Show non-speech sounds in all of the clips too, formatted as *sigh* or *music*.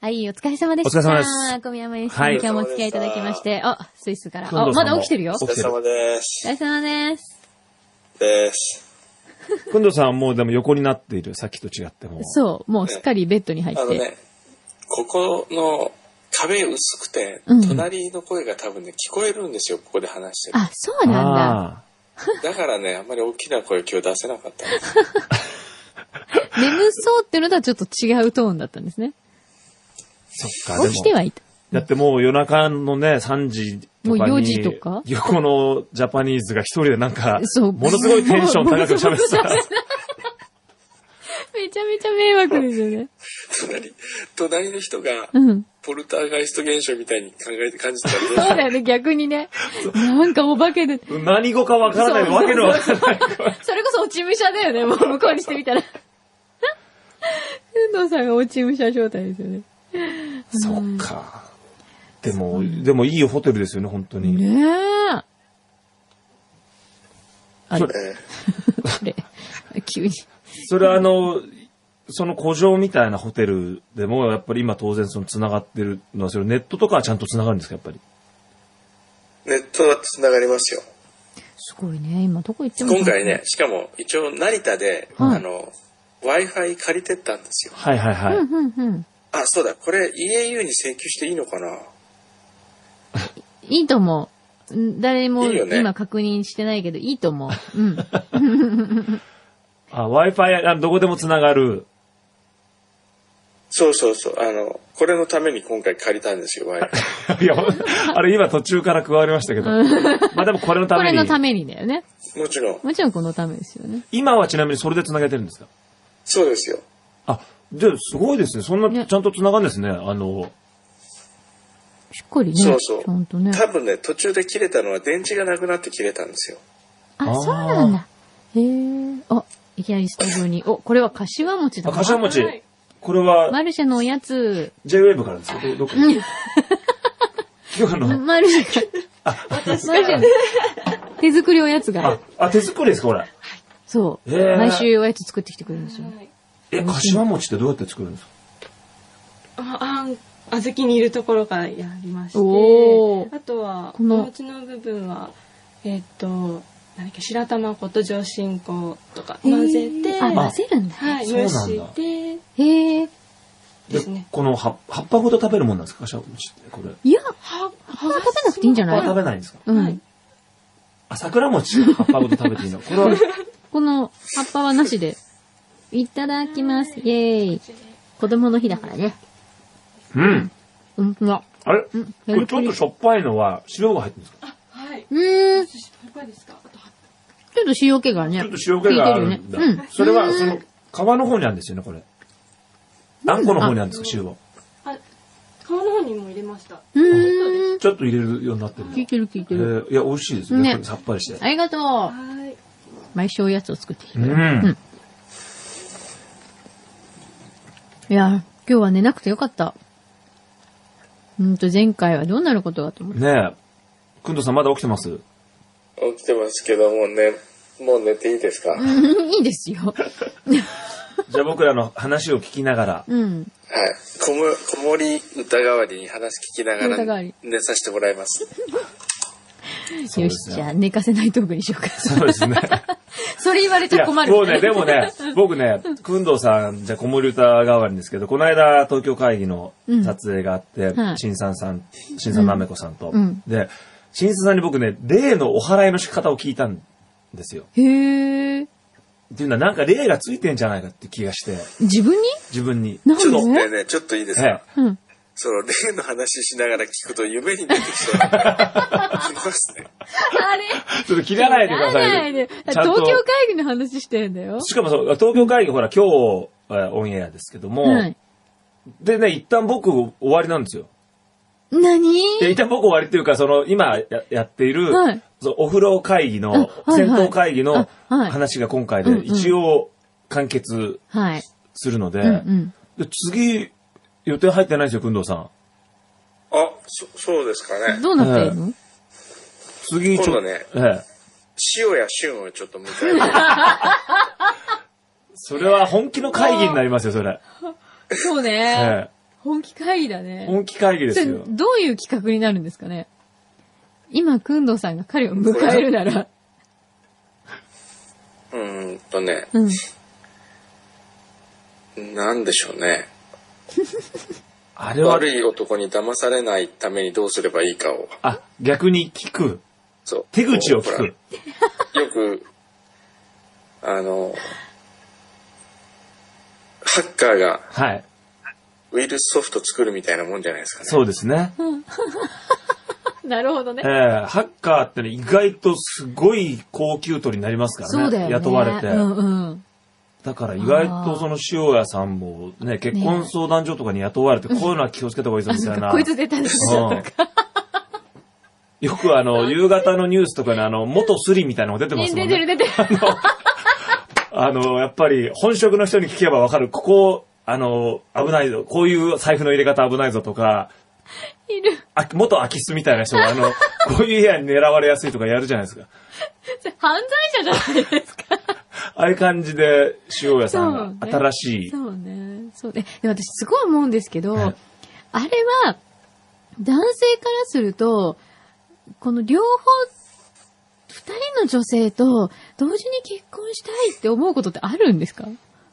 はい、お疲れ様でした。お疲れ様です小宮山由伸はい今日もお付き合いいただきまして。あ、スイスから。工あ、藤さまんもだ起きてるよ。起おき疲お疲れ様です。れ様です。です。くんどさんはもうでも横になっている、さっきと違っても。そう、もうすっかりベッドに入っあのて。ね、ここの壁薄くて、うん隣の声が多分ね、聞こえるんですよ、ここで話してる。あ、そうなんだ。あだからね、あんまり大きな声今日出せなかったんです。眠そうっていうのとはちょっと違うトーンだったんですね。ーそっか、で起きても。はいた。だってもう夜中のね、3時とかに。もう4時とか横のジャパニーズが一人でなんか、そうものすごいテンション高く喋ってた。 *laughs* めちゃめちゃ迷惑ですよね。隣、隣の人が、うん。ポルターガイスト現象みたいに考えて感じてた *laughs* そうんで、だよね、逆にね。なんかお化けで。何語かわからない、そうわけのわからない。それこそ落ち武者だよね、もう向こうにしてみたら。 *laughs* 遠藤さんが落ち武者状態ですよね。そっか。でも、でもいいホテルですよね、本当に。ねえ。あれ、えーあれ、急に。それはあの、その古城みたいなホテルでも、やっぱり今当然その繋がってるのは、それネットとかはちゃんと繋がるんですか、やっぱり。ネットは繋がりますよ。すごいね、今どこ行っても。今回ね、。しかも一応成田で、はいあの、Wi-Fi 借りてったんですよ。はいはいはい。うんうんうん。あ、そうだ、これ EAU に請求していいのかないいと思う。ん誰もいいよね今確認してないけど、いいと思う。うん。あ、Wi-Fi、あどこでも繋がる。そうそうそう、あの、これのために今回借りたんですよ、Wi-Fi。 *laughs* いや、ほん *laughs* あれ今途中から加わりま *laughs* したけど。まあでもこれのたこめれにの。ためにだよね。もちろん。もちろんこのためですよね。今はちなみにそれで繋げてるんですかそうですよ。あ、じゃあすごいですね。そんねなちゃんと繋がるんですね。あの、しっかりね。そうそうちゃんとね。多分ね、途中で切れたのは電池がなくなって切れたんですよ。あ、そうなんだ。へえ。あ、いきなりスタジオに。お、これは柏餅だ。あ、柏餅はい。これはマルシェのおやつ。 J-Wave からですかどどっ *laughs* か今日あの、マルシェ私マルシェの手作りおやつがあある。、あ、手作りですかこれ。そう。へー毎週おやつ作ってきてくれるんですよ。え、柏餅ってどうやって作るんですかあ、あん、小豆にいるところからやりまして、おーあとは、このお餅の部分は、えっ、と、なんだっけ、白玉粉と上新粉とか混ぜて、あ、混はぜるんだ。い、そうなん蒸だしてへえ。でですね、この葉葉っぱごと食べるもんなんですか柏餅って。これ。いや、は、葉は食べなくていいんじゃ葉っぱな食いべないんですかうはんい。あ、桜餅は葉っぱごと食べていいのこれ *laughs* は、この葉っぱはなしで。いただきます。イェーイ。子供の日だからね。うん。うん、うわ。あれうん。これちょっとしょっぱいのは塩が入ってるんですかはい。うーん。ちそして、これですかあと、ょっと塩気がね。ちょっと塩気がある効いんてだ。るよね。それは、その、皮の方にあるんですよね、これ。あんこの方にあるんですか、塩は。あ、皮の方にも入れました。うん。うーん。ちょっと入れるようになってるんだ効いてる効いてえる。ーいや、美味しいですよね。ねこれさっぱりして。ありがとう。はい。毎週おやつを作ってきてうくれる。ん。いや、今日は寝なくてよかった。うんと、前回はどうなることだと思って。ねえ。くんどさんまだ起き *laughs* てます起きてますけど、もうね、もう寝ていいですか、はい。 *laughs* うんいいですよ。じゃあ僕らの話を聞きながら。うん。こも、こもり歌代わりに話聞きなが歌代わらり寝させてもらいます。そうよでし、すねじゃあ寝かせないトークにしようか。 *laughs* そうですね。それ言われいたらや、困る。もうね、でもね、僕ね、くんどうさん、じゃあ、子守歌代わりですけど、この間、東京会議の撮影があっては、い新、さんさん、新さんなめこさんと。うんで、新さんさんに僕ね、例のお祓いの仕方を聞いたんですよ。 *laughs* へえ。っていうのは、なんか例がついてんじゃないかって気がして、自分に自分に。なんちょっとでね、ねちょっといいですか、え *laughs* うん。その例の話しながら聞くと夢に出てきそ *laughs* う。きますね。あれえちょっと切らないでください。ならないでちゃん東と京会議の話してんだよ。しかもそう、東京会議、ほら、今日、えーオンエアですけども、はい。でね、一旦僕終わりなんですよ。何で、一旦僕終わりっていうか、その、今ややっている、はいそのお風呂会議の、あはい戦はい闘会議のあはい話が今回うんうで、ん一応完結はい。するので、うんうん。で次、予定入ってないんですよ、くんどうさん。あ、そ、そうですかね。どうなってるの、次、ちょ今度ねええ。塩や旬をちょっと迎えて。それは本気の会議になりますよ、それ。そうえね。え。本気会議だね。本気会議でそすれよ。どういう企画になるんですかね今、くんどうさんが彼を迎えるなら。うーんとね、うん。なんでしょうね。あれは、悪い男に騙されないためにどうすればいいかを。あ、逆に聞く。そう。手口を聞ほく。らよく、あの、ハッカーがはい。ウイルスソフト作るみたいなもんじゃないですかね。そうですね。なるほどねええ。ハッカーってね、意外とすごい高給取りになりますからね。そうだよね。雇われて。うんうん。だから意外とその塩屋さんもね、結婚相談所とかに雇われて、こういうのは気をつけた方がいいぞあ、みそたっいな。か、こいつ出たんでしょうんよくあ *laughs* の、夕方のニュースとかにあの、元スリみたいなのが出てまねすも出んてるね。出てる。あの、やっぱり本職の人に聞けばわかる。ここ、あの、危ないぞ。こういう財布の入れ方危ないぞとか、いる。あ元空き巣みたいな人が *laughs* あの、こういう部屋に狙われやすいとかやるじゃないですか。それ犯罪者じゃないですか。ああいう感じで、塩屋さんがそうね新しい。そうね。そうね。で、私すごい思うんですけど、はいあれは、男性からすると、この両方、二人の女性と同時に結婚したいって思うことってあるんですか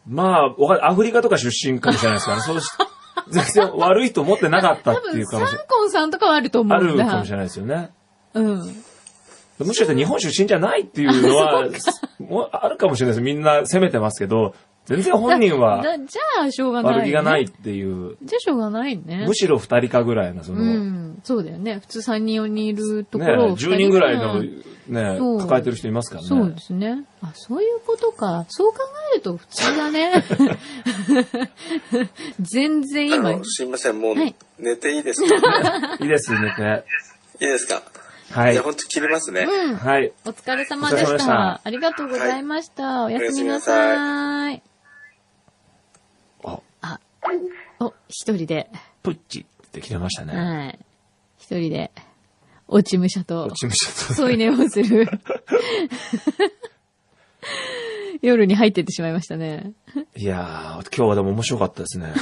まあ、わかるアフリカとか出身かもしれないで *laughs* すから、ね、そうし、全然悪いと思ってなかった多って分、いうサかンもしれない。コンさんとかはあると思あうんるだ。かもしれないですよね。うん。むしろ日本出身じゃないっていう *laughs* のは、もうあるかもしれないです。みんな責めてますけど、全然本人はだだじゃあ、しょうがない、ね。悪気がないっていう、じゃあ、しょうがないね。むしろ二人かぐらいの、そうの、ね、ん。そうだよね。普通3人、4人いるところを二人10人ぐらいの、そうね、抱えてる人いますからね。そうですね。あ、そういうことか。そう考えると普通だね。 *laughs* 全然あ今の、、すいません、もうはい寝ていいですか *laughs* いいですね。ねいいですかはいじゃあ。本当切りますね。うん。はい。お疲れ様でお疲れ様しでしたた。ありがとうございました。おやすみなおやさい。あ、あ、お、一人で、プッチって切れましたね。はい。一人で、落ち武者と落、ちました。添い寝をする。夜に入ってってしまいましたね。いやー、今日はでも面白かったです *laughs* ね。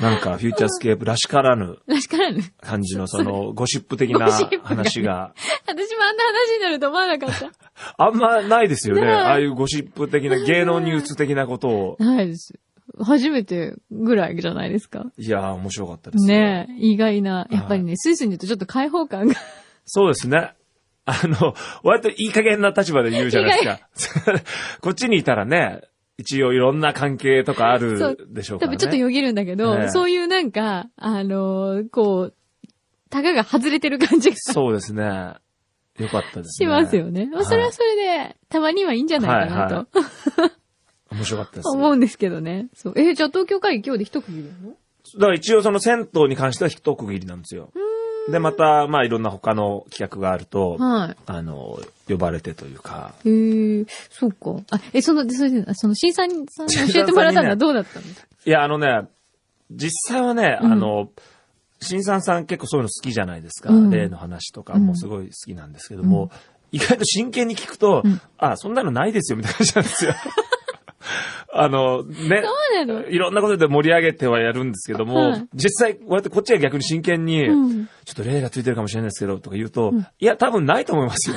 なんか、フューチャースケープらしからぬらしからぬ。感じの、その、ゴシップ的なゴシップがね話が、 *laughs* 私もあんな話になると思わなかった。あんまないですよね。ないああいうゴシップ的な、芸能ニュース的なことを。ないです。初めてぐらいじゃないですか。いやー、面白かったです。ねえ、意外な。いやっぱりね、スイスにいるとちょっと開放感が。そうですね。あの、割といい加減な立場で言うじゃないですか。 *laughs* こっちにいたらね、一応いろんな関係とかあそうるでしょうか多らね。分ちょっとよぎるんだけど、ええそういうなんか、あのーこう、タガが外れてる感じがそうですね。よかったですしね。ますよね。まあそれはそれで、たまにはいいんじゃないかなと、はい面白かったです。思うんですけどね。そう。えーじゃあ東京会議今日で一区切りなのだから一応その銭湯に関しては一区切りなんですよ。で、また、まあいろんな他の企画があると、はい。あの、呼ばれてというか、へえー、そうか。あ、え、その、でそれで、その、審査員さんに教えてもらったのはどうだったのいや、あのね、実際はね、うんあの、新さんさん結構そういうの好きじゃないですか。うん例の話とかうんもすごい好きなんですけども、意外と真剣に聞くと、うんあ、そんなのないですよ、みたいな感じなんですよ。 *laughs* あの、ね。そうなのいろんなことで盛り上げてはやるんですけども、はい実際、こうやってこっちは逆に真剣に、うんちょっと例がついてるかもしれないですけど、とか言うと、いや、多分ないと思 *laughs* いますよ。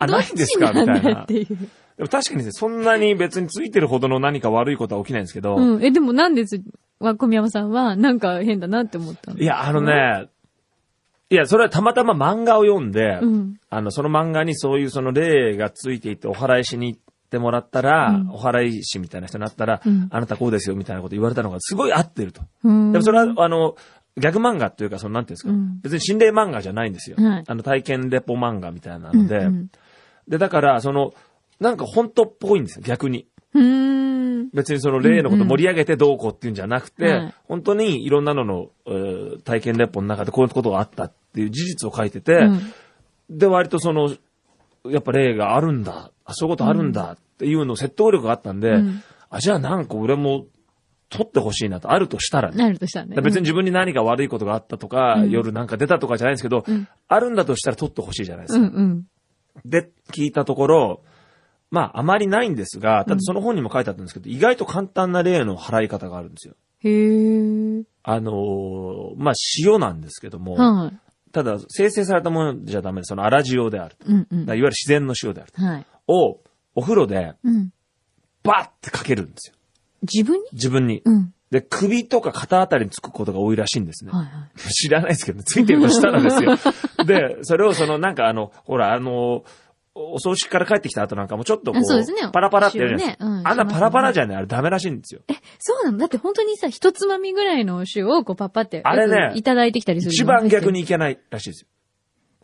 あ、ないんですかみどっちなんたいだっな。ていう。でも確かにね、そんなに別についてるほどの何か悪いことは起きないんですけど、うん。え、でもなんです、は、小宮山さんは、なんか変だなって思ったのい、や、あのね、いや、それはたまたま漫画を読んで、うん。あの、その漫画にそういうその霊がついていてお祓いしに行ってもらったら、うんお祓い師みたいな人になったら、うんあなたこうですよみたいなこと言われたのがすごい合ってると。うん。でもそれは、あの、逆漫画というか、その、なんていうんですか、うん別に心霊漫画じゃないんですよ。はいあの、体験レポ漫画みたいなので、うんで、だから、その、なんか本当っぽいんですよ、逆に。うん。うーん。別にその例のこと盛り上げてどうこうっていうんじゃなくて、はい本当にいろんなのの、えー体験レポの中でこういうことがあったっていう事実を書いてて、うんで、割とその、やっぱ例があるんだ、あ、そういうことあるんだっていうの説得力があったんで、うんあ、じゃあなんか俺も取ってほしいなと、あるとしたらね、なるとしたらだねから。別に自分に何か悪いことがあったとか、うん夜なんか出たとかじゃないんですけど、うんあるんだとしたら取ってほしいじゃないですうか。んうん。で、聞いたところ、まあ、あまりないんですが、ただその本にも書いてあったんですけど、意外と簡単な例の払い方があるんですよ。へー。あのーまあ、塩なんですけども、はい。ただ、生成されたものじゃダメで、その粗塩であると。うんうんだから。いわゆる自然の塩であると。はい。を、お風呂で、うん。バッてかけるんですよ。自分に自分に。うん。で、首とか肩あたりにつくことが多いらしいんですね。はいはい。知らないですけど、ついてるとしたらですよ。 *laughs* で、それをそのなんかあの、ほら、あの、お葬式から帰ってきた後なんかもちょっとこあそうですねう、パラパラってやるじゃないです塩ねうんか。あんなパラパラじゃない、あれダメらしいんですよ。そうなのだって本当にさ、一つまみぐらいのお塩をこうパッパって。あれねよくいただいてきたりする。一番逆。にいけないらしいですよ。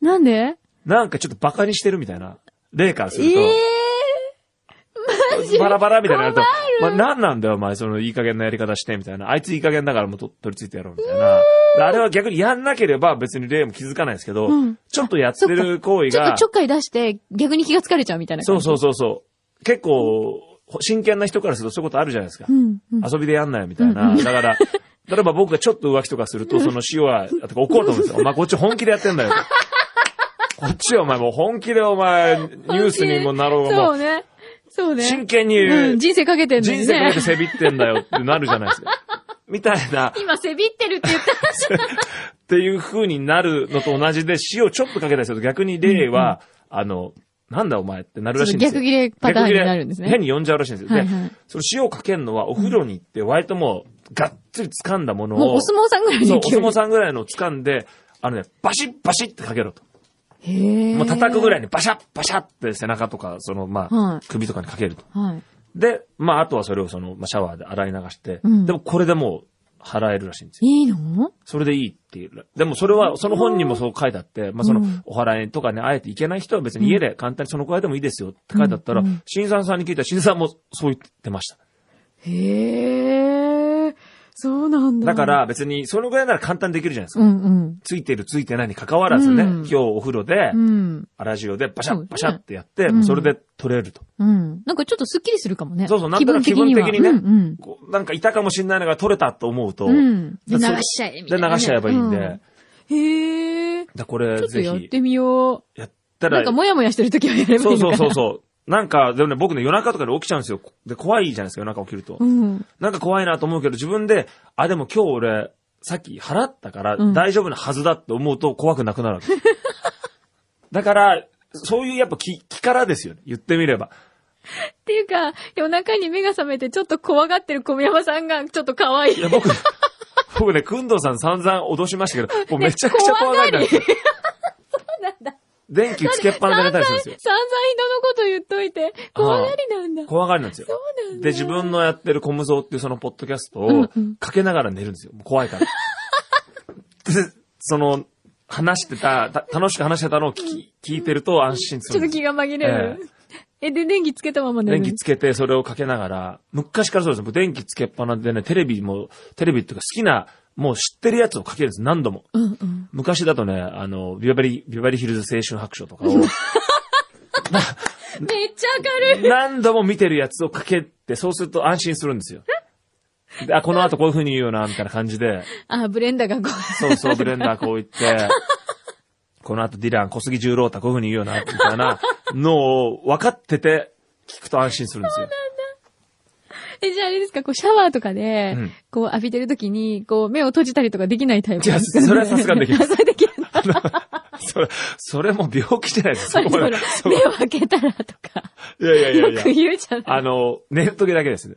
なんでなんかちょっとバカにしてるみたいな。例からするええと、バラバラみたいなのやると、まあ、なんなんだよお前、そのいい加減なやり方して、みたいな。あいついい加減だからもうと取り付いてやろう、みたいな。であれは逆にやんなければ別に例も気づかないですけど、うんちょっとやってる行為ちょっがとちょっかい出して逆に気がつかれちゃうみたいなそ感うじ。そうそうそう。結構、真剣な人からするとそういうことあるじゃないですか。うんうん。遊びでやんなよみたいな。だから、例えば僕がちょっと浮気とかすると、その塩は、とか怒ると思うんですよ。お前こっち本気でやってんだよ。こっちはお前もう本気でお前、ニュースにもなろうがそもうね。そうう、ね。真剣に、うん、人生かけてんのにね。人生かけてせびってんだよってなるじゃないですか。みたいな、っ今、せびってるって言ったらしい。ていう風になるのと同じで、塩ちょっとかけたりすると逆に例は、あの、なんだお前ってなるらしいんですよ。逆切れパターンになるんですね。変に呼んじゃうらしいんですよ。はいはいで、その塩をかけるのはお風呂に行って割ともう、がっつり掴んだものを、もうお相撲さんぐらいのそう、お勢い相撲さんぐらいのを掴んで、あのね、バシッバシッってかけろと。へえ。もう叩くぐらいい。にバシャッバシャッって背中とか、そのまはあい、首とかにかけると。はい。で、まああとはそれをその、まあシャワーで洗い流して、うんでもこれでもう、払えるらしいんですよ。いいのそれでいいっていう。でもそれは、その本にもそう書いてあって、まあそうのん、お払いとかね、あえていけない人は別に家で簡単にそのくらいでもいいですよって書いてあったらうんうん、新さんさんに聞いたら、新さんもそう言ってました。へえ。そうなんだ。だか、ら別にそのぐらいなら簡単にできるじゃないですか。うんうん。ついてるついてないに関わらずね、うん今日お風呂でう、ん。粗塩でバシャそうッねバシャッってやって、うんそれで取れると。うん。なんかちょっとスッキリするかもね。そうそう、なんとなく気分的にね、はうんこうなんかいたかもしれないのが取れたと思うと、うん。うん。でだ流からそしちゃえ、みたでいなね。流しちゃえばいいんで、うへえ。だこちょれっとぜやっひてみよやったう。らなんか、もやもやしてる時はやればいいのそかうなそうそうそう。なんか、でもね、僕ね、夜中とかで起きちゃうんですよ。で、怖いじゃないですか、夜中起きると。うん。なんか怖いなと思うけど、自分で、あ、でも今日俺、さっき払ったからうん大丈夫なはずだって思うと怖くなくなるわけ。 *laughs* だから、そういうやっぱ気、気からですよね。言ってみれば。っていうか、夜中に目が覚めてちょっと怖がってる小宮山さんがちょっと可愛いい。や、僕、 *laughs* 僕ね、くんどうさん散々脅しましたけど、もうめちゃくちゃ怖がりなんですよ。電気つけっぱなで寝たりするんですよ。散々人のこと言っといて、怖がりなんだ。怖がりなんですよ。そうなんだで、自分のやってるコムゾーっていうそのポッドキャストうをんうんかけながら寝るんですよ。もう怖いから。 *laughs* で、その、話してた、た楽しく話してたのを聞き、聞いてると安心すちょるっんでとす気よ。が紛れる。えで、電気つけたまま寝る電気つけて、それをかけながら、昔からそうです。僕電気つけっぱなでね、テレビも、テレビっていうか好きな、もう知ってるやつをかけるんです。何度も。うんうん。昔だとね、あの、ビバリ、ビバリヒルズ青春白書とかを、めっちゃ明るい。何度も見てるやつをかけて、そうすると安心するんですよ。であ、この後こういう風に言うよな、みたいな感じで、あ、ブレンダーが怖い。そうそう、ブレンダーこう言って、この後ディラン、小杉十郎太こういう風に言うよな、みたいなのを分かってて、聞くと安心するんですよ。え、じゃああれですか、こうシャワーとかでうん、こう浴びてる時に、こう目を閉じたりとかできないタイプいやそれはさすがにできま *laughs* すあそれできるんだ。それ、それも病気じゃないですか。ほらそこ目を開けたらとか、いやいやいやよいやく。言うじゃない。あの、寝るときだけですね。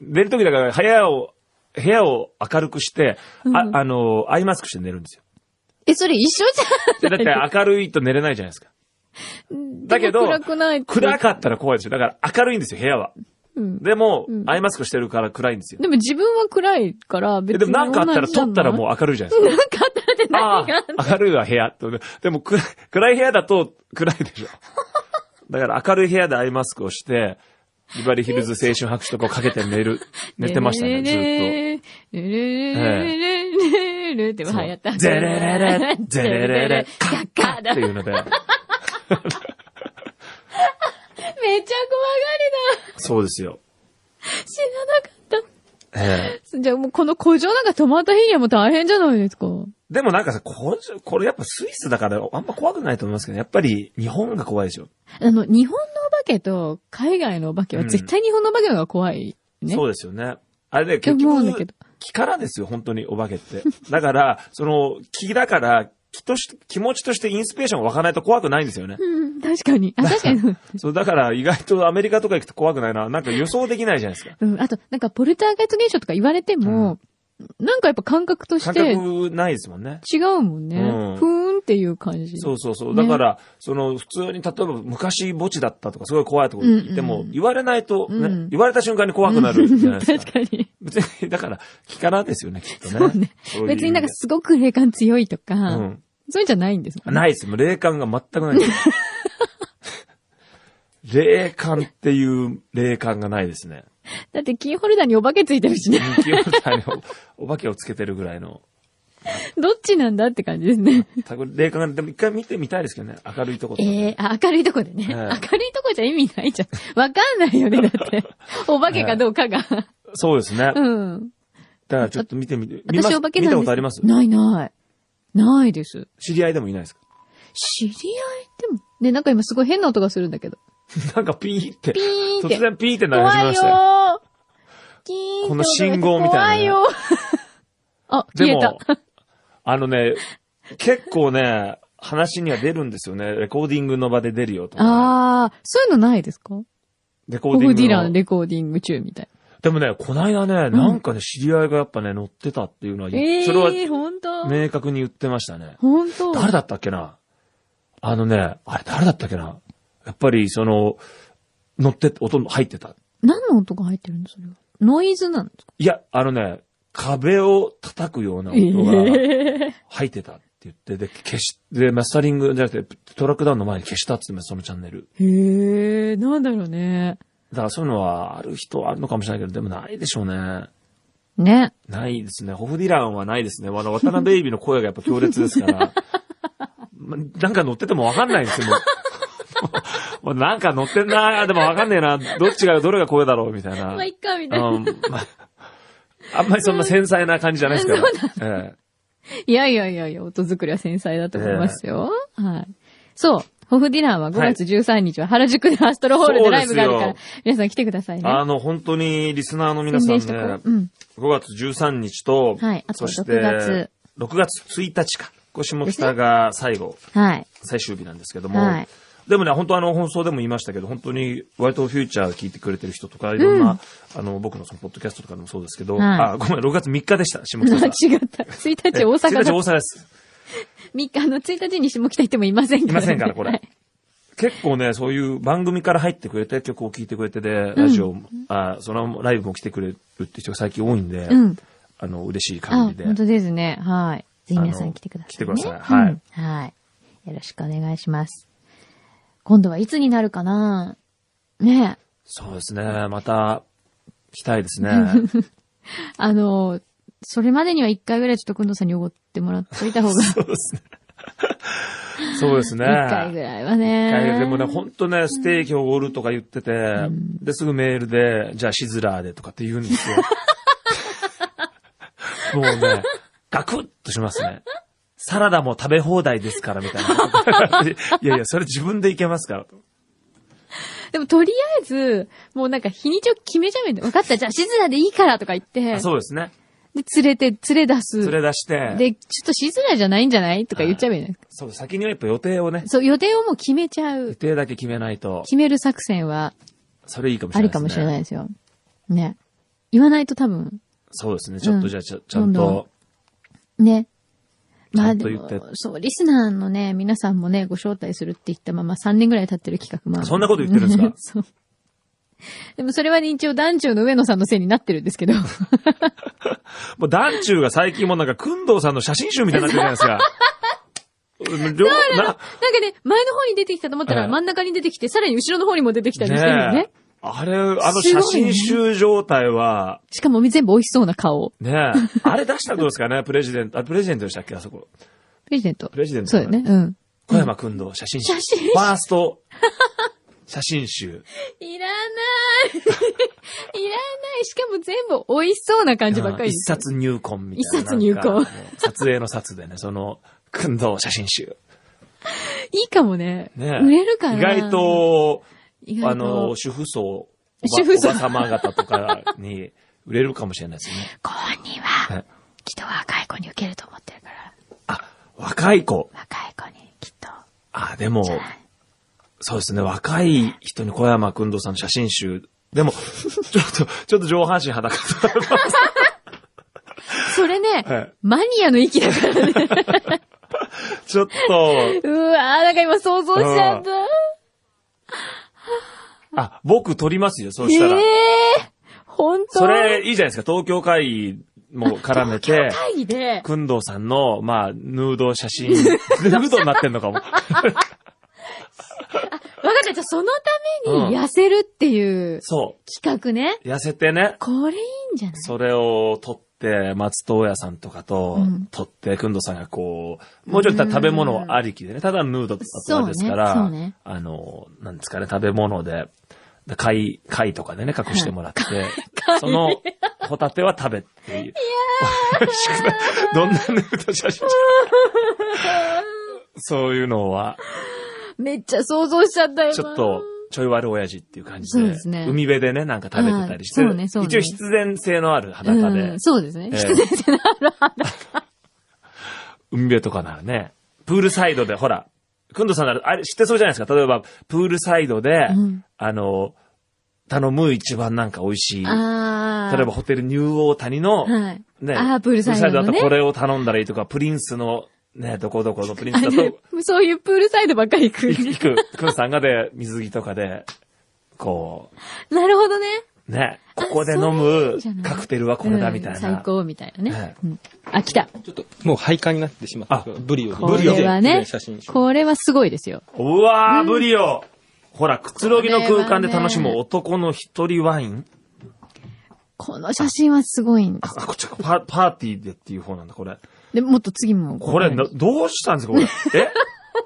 寝るときだから、部屋を、部屋を明るくして、あ、あの、アイマスクして寝るんですよ。え、それ一緒じでゃん。だって明るいと寝れないじゃないですか。だけど暗くないって暗かったら怖いですよ。だから明るいんですよ、部屋は。うんでも、うんアイマスクしてるから暗いんですよ。でも自分は暗いから別えに。でもなんかあったら撮ったらもう明るいじゃないですう。なか。んかあったらって *laughs* あ何があんのあ、明るいは部屋と。でも暗い、暗い部屋だと暗いでしょ。だから明るい部屋でアイマスクをして、ビバリーヒルズ青春白書とかをかけて寝 *laughs* る、寝てましたね、ずっと。っと。ルルルルルルルルって流行った。ゼレレ *laughs* レ、ゼレレレ、カカッッカカッっだ。てめっいちうゃので、怖がりだ。そうですよ。死ななかっええた。じゃあもうこの古城なんか止まった日にはもう大変じゃないですか。でもなんかさ、これこれやっぱスイスだからあんま怖くないと思いますけど、やっぱり日本が怖いでしょ。あの、日本のお化けと海外のお化けは絶対日本のお化けの方が怖いね。そうですよね。あれでって結思うんだけ局ど、。気からですよ、本当にお化けって。 *laughs* だから、その、気だから、気とし、気持ちとしてインスピレーションが湧かないと怖くないんで *laughs* すよね。うん、確かに。あ、確かに。そう、だから意外とアメリカとか行くと怖くないな。なんか予想できないじゃないですか。うん、あと、なんかポルターガイト現象とか言われても、なんかやっぱ感覚 *laughs* とし感て覚ないですもんね。違うもんね。うんふーんっていう感じ。そうそうそう。ねだから、その、普通に、例えば昔墓地だったとか、すごい怖いところに行っても、うんうん言われないと、ねうん言われた瞬間に怖くなるじゃないで *laughs* 確すか。かに。別に、 *laughs* だから、気からですよね、きっとね。そうねそういう意味で別になんかすごく霊感強いとか、うん。そういうんじゃないんですもんね。ないです。もう霊感が全くないです。霊感っていう霊感がないですね。だってキーホルダーにお化けついてるしね。人気問題のお化けをつけてるぐらいの。どっちなんだって感じですね。たぶん霊感が、でも一回見てみたいですけどね。明るいとことかねええあ、明るいとこでね、はい明るいとこじゃ意味ないじゃん。わかんないよね、 *laughs* だって。お化けかどうかが。そうですね。うん。だからちょっと見てみて。見ます私お化けな見んですたことありますないない。ないです。知り合いでもいないですか知り合いでも。ね、なんか今すごい変な音がするんだけど。なんかピーって。ピーンって突。然ピーって鳴り始怖めまいしよたよ。ー。キーンってこの信号みたい怖なねいよー *laughs* あ、で消えもた。、あのね、結構ね、話には出るんですよね。レコーディングの場で出るよとか、あー、そういうのないですかレコボーディブ・ングデの。ィランレコーディング中みたいでもね、こないだね、んなんかね、知り合いがやっぱね、乗ってたっていうのは、な。ええそれはー、本当明確に言ってましたね。本当誰だったっけなあのね、あれ誰だったっけなやっぱり、その、乗って、音入ってた。何の音が入ってるんですかノイズなんですかいや、あのね、壁を叩くような音がええ入ってたって言って、で、消し、で、マスタリングじゃなくて、トラックダウンの前に消したって言ってましたそのチャンネル。へえ、なんだろうね。だからそういうのは、ある人はあるのかもしれないけど、でもないでしょうね。ね。ないですね。ホフディランはないですね。あの、渡辺ベイビーの声がやっぱ強烈で *laughs* すから。まなんか乗っててもわかんないんですよ。もうもうなんか乗ってんなでもわかんねえな。どっちが、どれが声だろうみたいな。まあ、いっうか、みたいな。ん。まあんまりそんな繊細な感じじゃないですから。えいやいやいやいや、音作りは繊細だと思いますよ。はい。そう。ホフディランは5月13日は原宿でアストロホールでライブがあるかそうらで、皆さん来てくださいえね。あの、本当にリスナーの皆宣さん伝ね、しとこう。う5ん。月13日と、はいあとそして6月6月1日か。これ下北が最後、はい。最終日なんですけ *laughs* ども、はい。でもね、本当あの、放送でも言いましたけど、本当に、割とフューチャー聞いてくれてる人とか、いろんな、あの、僕のその、ポッドキャストとかでもそうですけど、はいあ、 *laughs* ごめん、6月3日でした、下北違っ *laughs* *laughs* さん。た。1日大阪 *laughs* 1日だ *laughs* 大。阪です。 3日、あの、1日に下北行ってもいませんから、いませんか *laughs* らこれはい結構ね、そういう番組から入ってくれて、曲を聴いてくれてで、ラジオも、あそのライブも来てくれるって人が最近多いんで、うん。あの、嬉しいあ限、りで。本当ですね。はい。ぜひ皆さあんの来てください、ね。来てくださいはいうんはい。よろしくお願いします。今度はいつになるかなねえそうですね、また、来たいですね。 *laughs* あの、それまでには一回ぐらいちょっとくんどうさんにおごってもらっといた方が、そうですね。そうですね。 *laughs* 一回ぐらいはね。いやいやでもね、ほんとね、ステーキをおごるとか言ってて、で、すぐメールで、じゃあシズラーでとかって言うんで *laughs* すよ。もうね、ガクッとしますね。サラダも食べ放題ですから、みたいな。 *laughs* いやいや、それ自分でいけますから。でもとりあえず、もうなんか日にちを決めちゃうんで、分かった、じゃあ静かでいいからとか言ってあ、そうですね。で、連れて、連れ出す。連れ出して、で、ちょっと静かじゃないんじゃないとか言っちゃえばいいじゃないですか。そう、先にはやっぱ予定をね、そう、予定をもう決めちゃ予う。定だけ決めないと、決める作戦はそれいいかもしあれりないでかすね。もしれないですよ。ね。言わないと多分、そうですね、ちょっうとんじゃあちゃ、ちゃどんんどと、ね。まあちゃんとで言っもて、そう、リスナーのね、皆さんもね、ご招待するって言ったまま3年ぐらい経ってる企画もあるそんなこと言ってるんですか *laughs* そう。でもそれはね、一応団長の上野さんのせいになってるんですけ *laughs* ど。もう団中が最近もうなんか、くんどうさんの写真集みたいになってるじゃないですか。両な *laughs* なんかね、前の方に出てきたと思ったらええ真ん中に出てきて、さらに後ろの方にも出てきたりしてるよね。えあれ、あの写真集状態は、しかも全部美味しそうな顔。ね *laughs* あれ出したらどうですかね、プレジデント。あ、プレジデントでしたっけ、あそこ。プレジデントプ。レジデント。そうだよね。。うん。小山くんの写真集。写真集ファースト、写真集。いらない。い *laughs* らない。しかも全部美味しそうな感じばっかり一です。冊入魂みたいな。一冊入魂なんかあの撮影の冊でね、その、くんどう写真集。いいかもね。ね売れるかな意外、と、意あ外との、、主婦層、お主ば婦層おば様方とかに売れるかもしれないですね。ご本人は、はいきっと若い子に受けると思ってるから、あ、若い子。若い子にきっと。あ、でもじゃ、ないそうですね、若い人に小山くんどうさんの写真集。でも、 *laughs* ちょっと、ちょっと上半身裸だそれね、はいマニアの域だ *laughs* からね。 *laughs* ちょっと、うわーなんか今想像しちゃった。あ、僕撮りますよ、そうしたら。ええー、本当それ、いいじゃないですか、東京会議も絡めて、会議で、くんどうさんの、まあ、ヌード写真、ヌードになってんのかも。わかった、じゃあそのためうんに痩せるっていうそ企画ね。う。痩せてね、これいいんじゃないそれを撮って、松任谷さんとかとうん撮って、くんどうさんがこう、もうちょっと食べ物ありきでね、ただヌードだったんですから、そうねそうねあの、なんですかね、食べ物で、で貝、貝とかでね、隠してもらって、 *laughs* 貝その、ホタテは食べっていう。いや *laughs* 美味しくない。どんなヌード写真そういうのは、めっちゃ想像しちゃったよ。ちょっと、ちょい悪親父っていう感じそうで、ですね海辺でね、なんか食べてたりして、はいそうねそうね一応必然性のあるう裸で、ん、そうですね。ええ *laughs* 人出てな海辺とかならね、プールサイドで、ほら、くんどさんなら、あれ知ってそうじゃないですか。例えば、プールサイドで、うんあの、頼む一番なんか美味しい。例 *laughs* あーえば、、ホテルニューオータニの、はい。ね、あープールサイドのねプーだとこれを頼んだらいいとか、プリンスの、ね、どこどこ *laughs* のプリンスだあと、れそういうプールサイドばっかり行く。いく、くんさんがで、水着とかで、こなるほどね。う、ね、あここで飲むそれいいんじゃないカクテルはこれだみたいうんな。最高みたいなね。はいうんあ、来た。ちょっと、もう廃刊になってしまった。あブリオで。これはブリオねで写真、集。これはすごいですよ。うわー、ブリオほら、くつろぎの空間で楽しこれはむね男の一人ワインこの写真はすごいんです。あ、こっちか、パパーティーでっていう方なんだ、これ。で、もっと次も。これ、などうしたんですか、これ。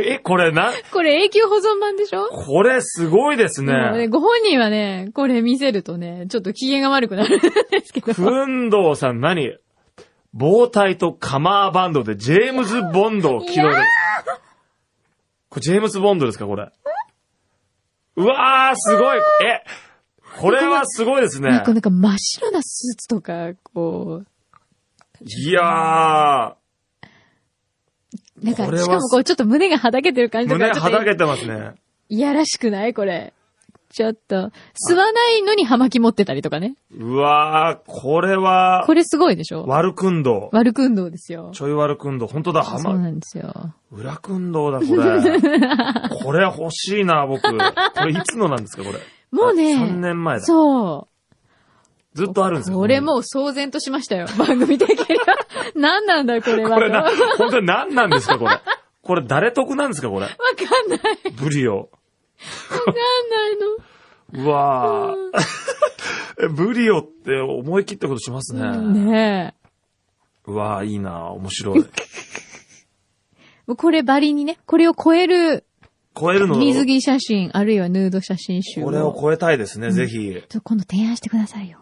え *laughs* え、これな、これ永久保存版でしょこれすごいですでもねね。ご本人はね、これ見せるとね、ちょっと機嫌が悪くなるんですけど。くんどうさん何防体とカマーバンドでジェームズ・ボンドを起動で。これジェームズ・ボンドですか、これ。うわー、すごい。え、これはすごいですなんねか。なんか真っ白なスーツとか、こいやー、う、なんか、これはしかもこうちょっと胸がはだけてる感じと胸か、ちょはっとだけてますね。いやらしくないこれ。ちょっと、吸わないのに葉巻持ってたりとかね。うわー、これは *laughs* こ、れすごいでしょ悪くんどう。悪く運動ですよ。ちょい悪くんどう。本当だ、はそうま、なんですよ。裏くんどうだ、これ。 *laughs* これ欲しいな、僕。これいつのなんですか、これ。もうね。 3年前だ。そう。ずっとあるんですかこれ。もう騒然としましたよ。 *laughs* 番組的には。何なんだこれは。これなわ、本当に何なんですか、これ。これ誰得なんですか、これ。かんない。わブリオ。かんないの。うわー。 *laughs* えブリオって思い切ったことします *laughs* ね。ねえ。うわー、いいな、面白い。もうこれバリにね、これを超える超えるの水着写真、あるいはヌード写真集を。これを超えたいですね、ぜひ。ちょっと今度提案してくださいよ。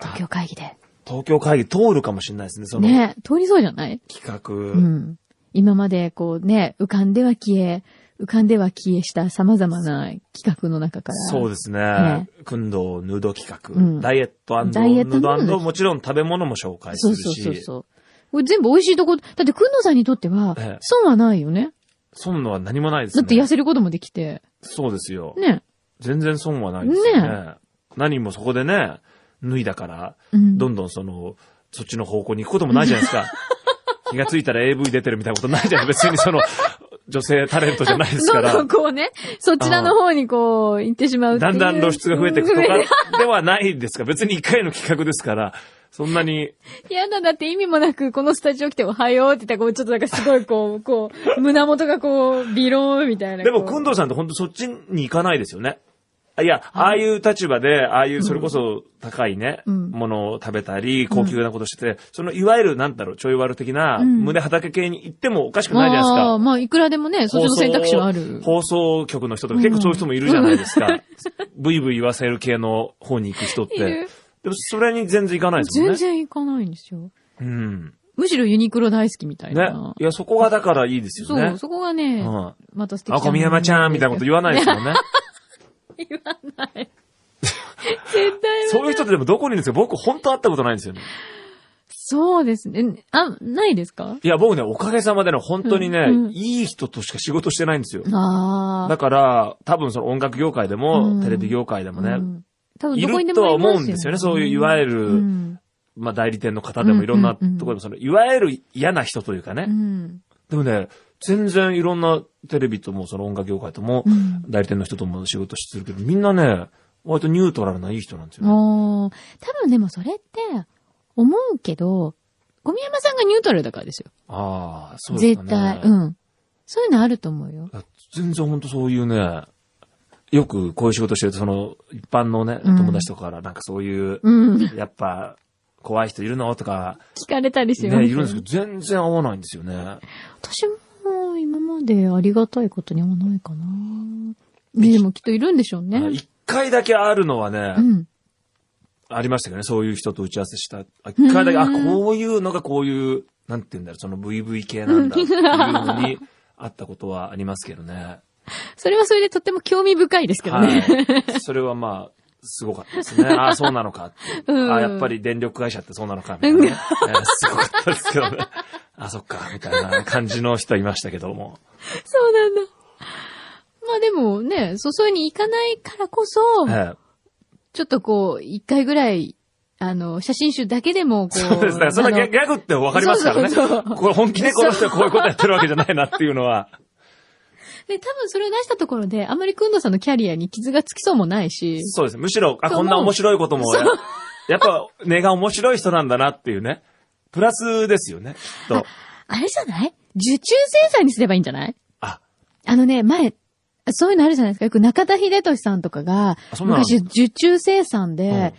東京会議で。東京会議通るかもしれないですね、そのねえ、通りそうじゃない企う画。ん。今までこうね、浮かんでは消え、浮かんでは消えした様々な企画の中から。そうですねね。くんどうヌード企画。うんダイエットヌダイエットードヌードもちろん食べ物も紹介すそるうし。そうそうそう。これ全部美味しいとこ、だって、くんのさんにとってはええ、損はないよね。損のは何もないですだね。って痩せることもできて。そうですよ。ね。全然損はないですよねね。何もそこでね、脱いだから、うんどんどんその、そっちの方向に行くこともないじゃないです *laughs* か。気がついたら AV 出てるみたいなことないじゃない別に *laughs* その、女性タレントじゃないですどかんら。どんこうね、そちらの方にこう、行ってしまうっていだうんだん露出が増えていくと *laughs* うんかではないですか別に一回の企画ですから、そんなに、嫌だ、だって意味もなく、このスタジオ来ておはようって言ったら、こう、ちょっとなんかすごいこう、こう、胸元がこう、ビローンみたいな。でも、こうくんどうさんって本当そっちに行かないですよね。いや、ああいう立場で、ああいう、それこそ高いね、うんものを食べたり、高級なことしてて、その、いわゆる、なんだろう、ちょい悪的な、うん胸畑系に行ってもおかしくないじゃないですあかー。まあ、いくらでもね、そっちの選択肢はある。放送局の人とか結構そういう人もいるじゃないですか。ブイブイ言わせる系の方に行く人っいてる。でも、それに全然行かないですもん全ね。然行かないんですよ。うん。むしろユニクロ大好きみたいねな。。いや、そこがだからいいですよそね。う、そこがね、うんまた素敵あ、小宮山ちゃんみたいなこと言わないですもんね。 *laughs* 言わない。絶対そういう人ってでもどこにいるんですか僕本当会ったことないんですよね。そうですね。あ、ないですかいや、僕ね、おかげさまでね、本当にね、うんうんいい人としか仕事してないんですよ。あだあ。から、多分その音楽業界でも、うんテレビ業界でもね、うん多分いどこにでもるとはありますよ、ね。思うんですよね。そういう、いわゆる、うん。まあ代理店の方でもいろんなうんとうんうんころでも、その、いわゆる嫌な人というかね。うん。でもね、全然いろんなテレビとも、その音楽業界ともう、ん。代理店の人とも仕事してるけど、みんなね、割とニュートラルないい人なんですよね。あー多分でもそれって、思うけど、小宮山さんがニュートラルだからですよ。ああ、そうです絶かね。対。うん。そういうのあると思うよ。あ全然本当そういうね、よくこういう仕事してると、その、一般のね、うん友達とかから、なんかそういう、うん。聞やっぱ、怖い人いるのとか、かれたりしね、いますよ、るんですけど、全然合わないんですよね。私も今までありがたいことにはないかな。ね、でもきっといるんでしょうあね。一回だけあるのはねう、ん。ありましたけどね、そういう人と打ち合わせした。あ一回だけ、あ、こういうのがこういう、なんて言うんだろう、その VV 系なんだっていうのに、あったことはありますけどね。それはそれでとっても興味深いですけどね。はい。それはまあ、すごかったですね。ああ、そうなのかって。うんああ、やっぱり電力会社ってそうなのか、みたいなね。えーすごかったですけどね。あ、そっか、みたいな感じの人いましたけども。 *laughs* そうなんだ。まあでもね、そそいに行かないからこそ、ええちょっとこう、一回ぐらい、あの、写真集だけでもこう。そうですね。それはギャギャグってわかりますからね。そうそうそうこれ本気でこの人はこういうことやってるわけじゃないなっていうのは。で、多分それを出したところで、あまりくんどさんのキャリアに傷がつきそうもないし。そうですね。むしろ、あ、こんな面白いことも、やっぱ根が面白い人なんだなっていうね。プラスですよね、きっと。あれじゃない受注生産にすればいいんじゃないあ、あのね、前、そういうのあるじゃないですか。よく中田秀俊さんとかが、あそんなのある昔受注生産で、うん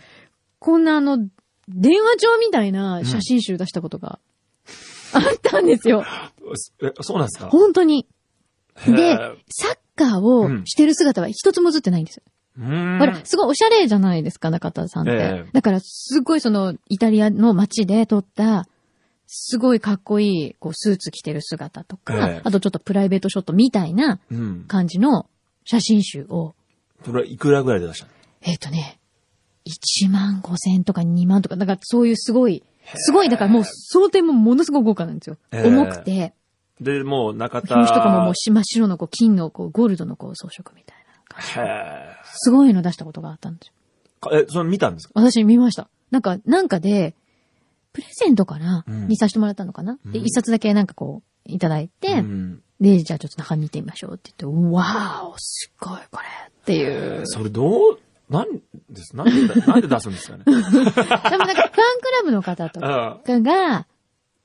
こんなあの、電話帳みたいな写真集出したことが、あったん *laughs* ですよ。えそうなんですか本当に。へでえ、サッカーをしてる姿は一つも映ってないんですよ。うーん。ほら、すごいおしゃれじゃないですか、中田さんって。ええだから、すごいその、イタリアの街で撮った、すごいかっこいい、こう、スーツ着てる姿とか、ええあとちょっとプライベートショットみたいなうん。感じの写真集を、それはいくらぐらいで出したのえっ、とね、1万5千とか2万とか、だからそういうすごい、すごい、だからもう想定もものすごく豪華なんですよ。へえ重くて、で、もう中田。表紙とかももう真っ白のこう、金のこう、ゴールドのこう、装飾みたいな感じ。へーすごいの出したことがあったんですよ。かえ、それ見たんですか私見ました。なんか、なんかで、プレゼントかな、うんにさせてもらったのかな、で、うん一冊だけなんかこう、いただいて、うん。で、じゃあちょっと中身見てみましょうって言って、わーお、すっごいこれって *laughs* いう。それどう、なんです、なんで、なんで出すんですかね。 *laughs* でもなんか、ファンクラブの方とかあが、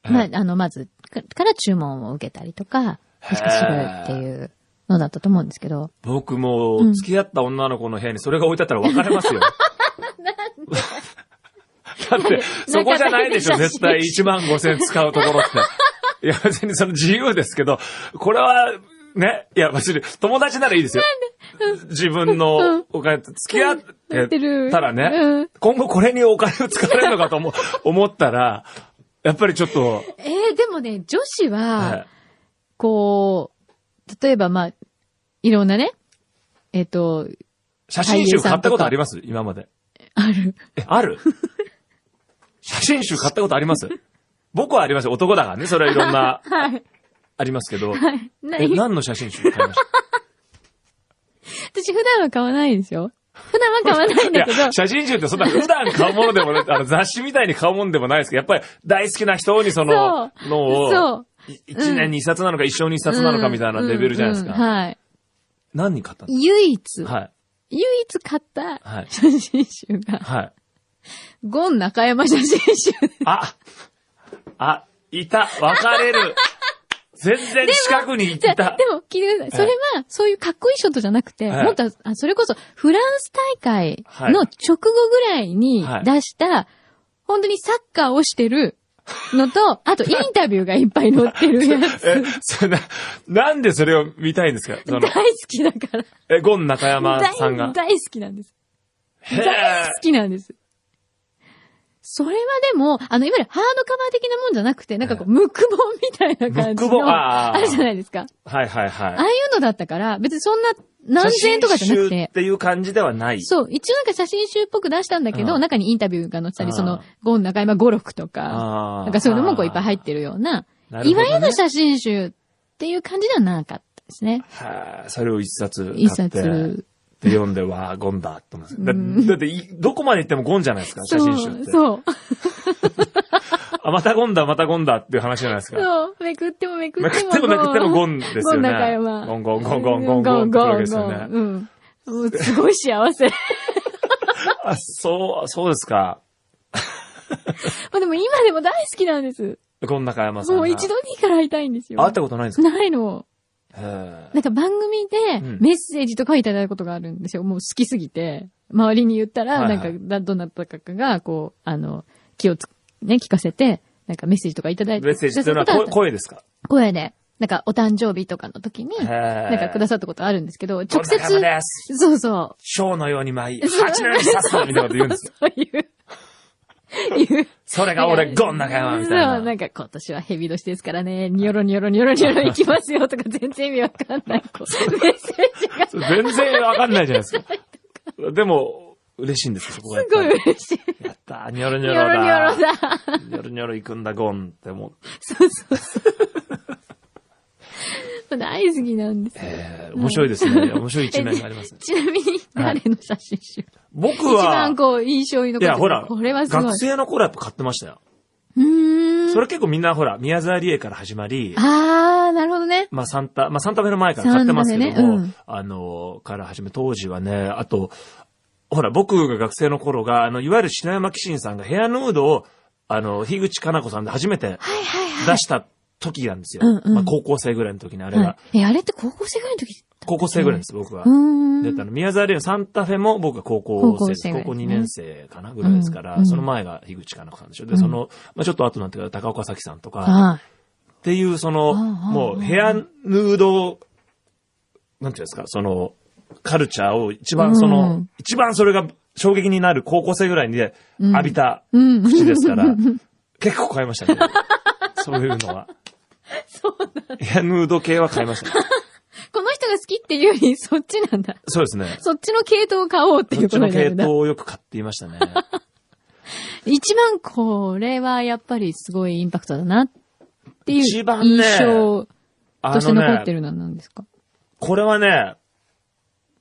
うんまあ、あの、まず、かから注文を受けたりとか、へー確かするっていうのだったと思うんですけど、僕うも、ん付き合った女の子の部屋にそれが置いてあったら別れますよ。だって、そこじゃないでしょ、絶対1万5千使うところって。いや、別にその自由ですけど、これは、ね、いや、別に友達ならいいですよ。自分のお金と付き合っやってるてたらうんね、今後これにお金を使われるのかと思思ったら、やっぱりちょっと、えー、でもね、女子は、はいこう、例えばまあ、いろんなね、えっ、と、写真集買ったことあります今まで。ある。え、ある写真集買ったことあります僕はありますよ。男だからね。それはいろんな、はい。ありますけど。はい。なえ、い。何の写真集買いました私普段は買わないですよ。普段は買わ *laughs* ないんいだやけど、、写真集ってそんな普段買うものでもない、あの雑誌みたいに買うものでもないですけど、やっぱり大好きな人にその、そうのを、そう。い一年に一冊なのか一生に一冊なのかみたいなレベルじゃないですうんうんうか。んはい。何人買ったんで唯一、すかはい。唯一買ったはい。写真集が、はい。ゴン中山写真集。 *laughs* ああいた別れる全然近くに行っじゃた。あでも、聞いてください。それは、そういうかっこいいショットじゃなくて、はいもっと、あそれこそ、フランス大会の直後ぐらいにはい出した、本当にサッカーをしてるのと、 *laughs* あと、インタビューがいっぱい載ってるやつ。え、 *laughs* それな、なんでそれを見たいんですかそ大の好、きだから。え、ゴン中山大さんが。大好きなんです。へ大好きなんです。それはでも、あの、いわゆるハードカバー的なもんじゃなくて、なんかこう、ムックボみたいなムッ感じクボ、の、あああ。るじゃないですか。はいはいはい。ああいうのだったから、別にそんな何千円とかじゃなく、写真集ってていう感じではない。そう、一応なんか写真集っぽく出したんだけど、うん中にインタビューが載ってたり、うんその、ゴン中山語録とか、ああ。なんかそういうのもこういっぱい入ってるような、なるいほどわねゆる写真集っていう感じではなかったですね。はい。それを一冊買って。一冊。で読んで、わあ、ゴンだ、と思って。だうんだってい、どこまで行ってもゴンじゃないですか、写そ真集っう、て。そう。あ、またゴンだ、またゴンだっていう話じゃないですか。そう、めくってもめくめっくてっも。てもめくってもゴンですよね。ゴン中山ゴンゴンゴンゴンゴンゴンってわけですよね。うん。もうすごい幸せ。ま *laughs* あ、そう、そうですか。あでも今でも大好きなんです。ゴン中山さんが。もう一度にから会いたいんですよ。会ったことないんですかないの。へえなんか番組でうんメッセージとかいただいたことがあるんですよ。もう好きすぎて。周りに言ったら、はいなんはかいだ、どなたかが、こう、あの、気をつ、ね、聞かせて、なんかメッセージとかいただいて。メッセージっていうのはくださっ声た声ですか声で。なんか、お誕生日とかの時に、ななんかくださったことあるんですけど、直直接。ゴン中接、山です。そうそう、ショーのように舞い、蜂のように刺すみたいなこと言うんです *laughs* よ。そういう。いう。それが俺、ゴン中山みたいな。そう、なんか今年はヘビ年ですからね、ニョロニョロニョロニョロ行きますよとか全然意味わかんない。こうメッセージがす全然わかんないじゃないです *laughs* か。でも、嬉しいんですよ、そこが。ごい。嬉しい。やったー、ニョロニニョロョだ。ロニョロだ。ニョロニョロ行くんだ、ゴンって思う。大好きなんですよ。えー面白いですね。面白い一面がありますね。ちなみに、誰の写真集、僕一は番、こう、印象に残っているや、ほら、これはすごい。学生の頃やっぱ買ってましたよ。うーん。それ結構みんなほら、宮沢りえから始まり、あー、なるほどね。まあサンタ、まあサンタフェの前から買ってますけサンタどフも、ェねうんあの、から始め、当時はね、あと、ほら、僕が学生の頃が、あの、いわゆる篠山紀信さんがヘアヌードを、あの、樋口かな子さんで初めてはいはいはい。出した時なんですよ。うんうんまあ高校生ぐらいの時にあれが、はい、え、あれって高校生ぐらいの時高校生ぐらいです、僕はう。ーん。で、あの、宮沢りえのサンタフェも僕が高校生高校生ぐらいでです。高すね校2年生かなぐらいですから、うんうんその前が樋口かな子さんでしょ。で、んその、まあちょっと後になってから高岡早紀さんとか、あっていう、その、ああもあうあヘアヌード、なんていうんですか、その、カルチャーを一うん番その、一番それが衝撃になる高校生ぐらいでうん浴びたーうん。口ですから、結構買い *laughs* ましたね。そういうのは。そうなんヘアヌード系は買いました、ね。この人が好きっていうより、そっちなんだ。そうですね。そっちの系統を買おうっていそっうこちとのにな系るんだ統。をよく買っていましたね。一番これはやっぱりすごいインパクトだなっていう一番ね印象あとして残ってね、るのは何ですか、これはね、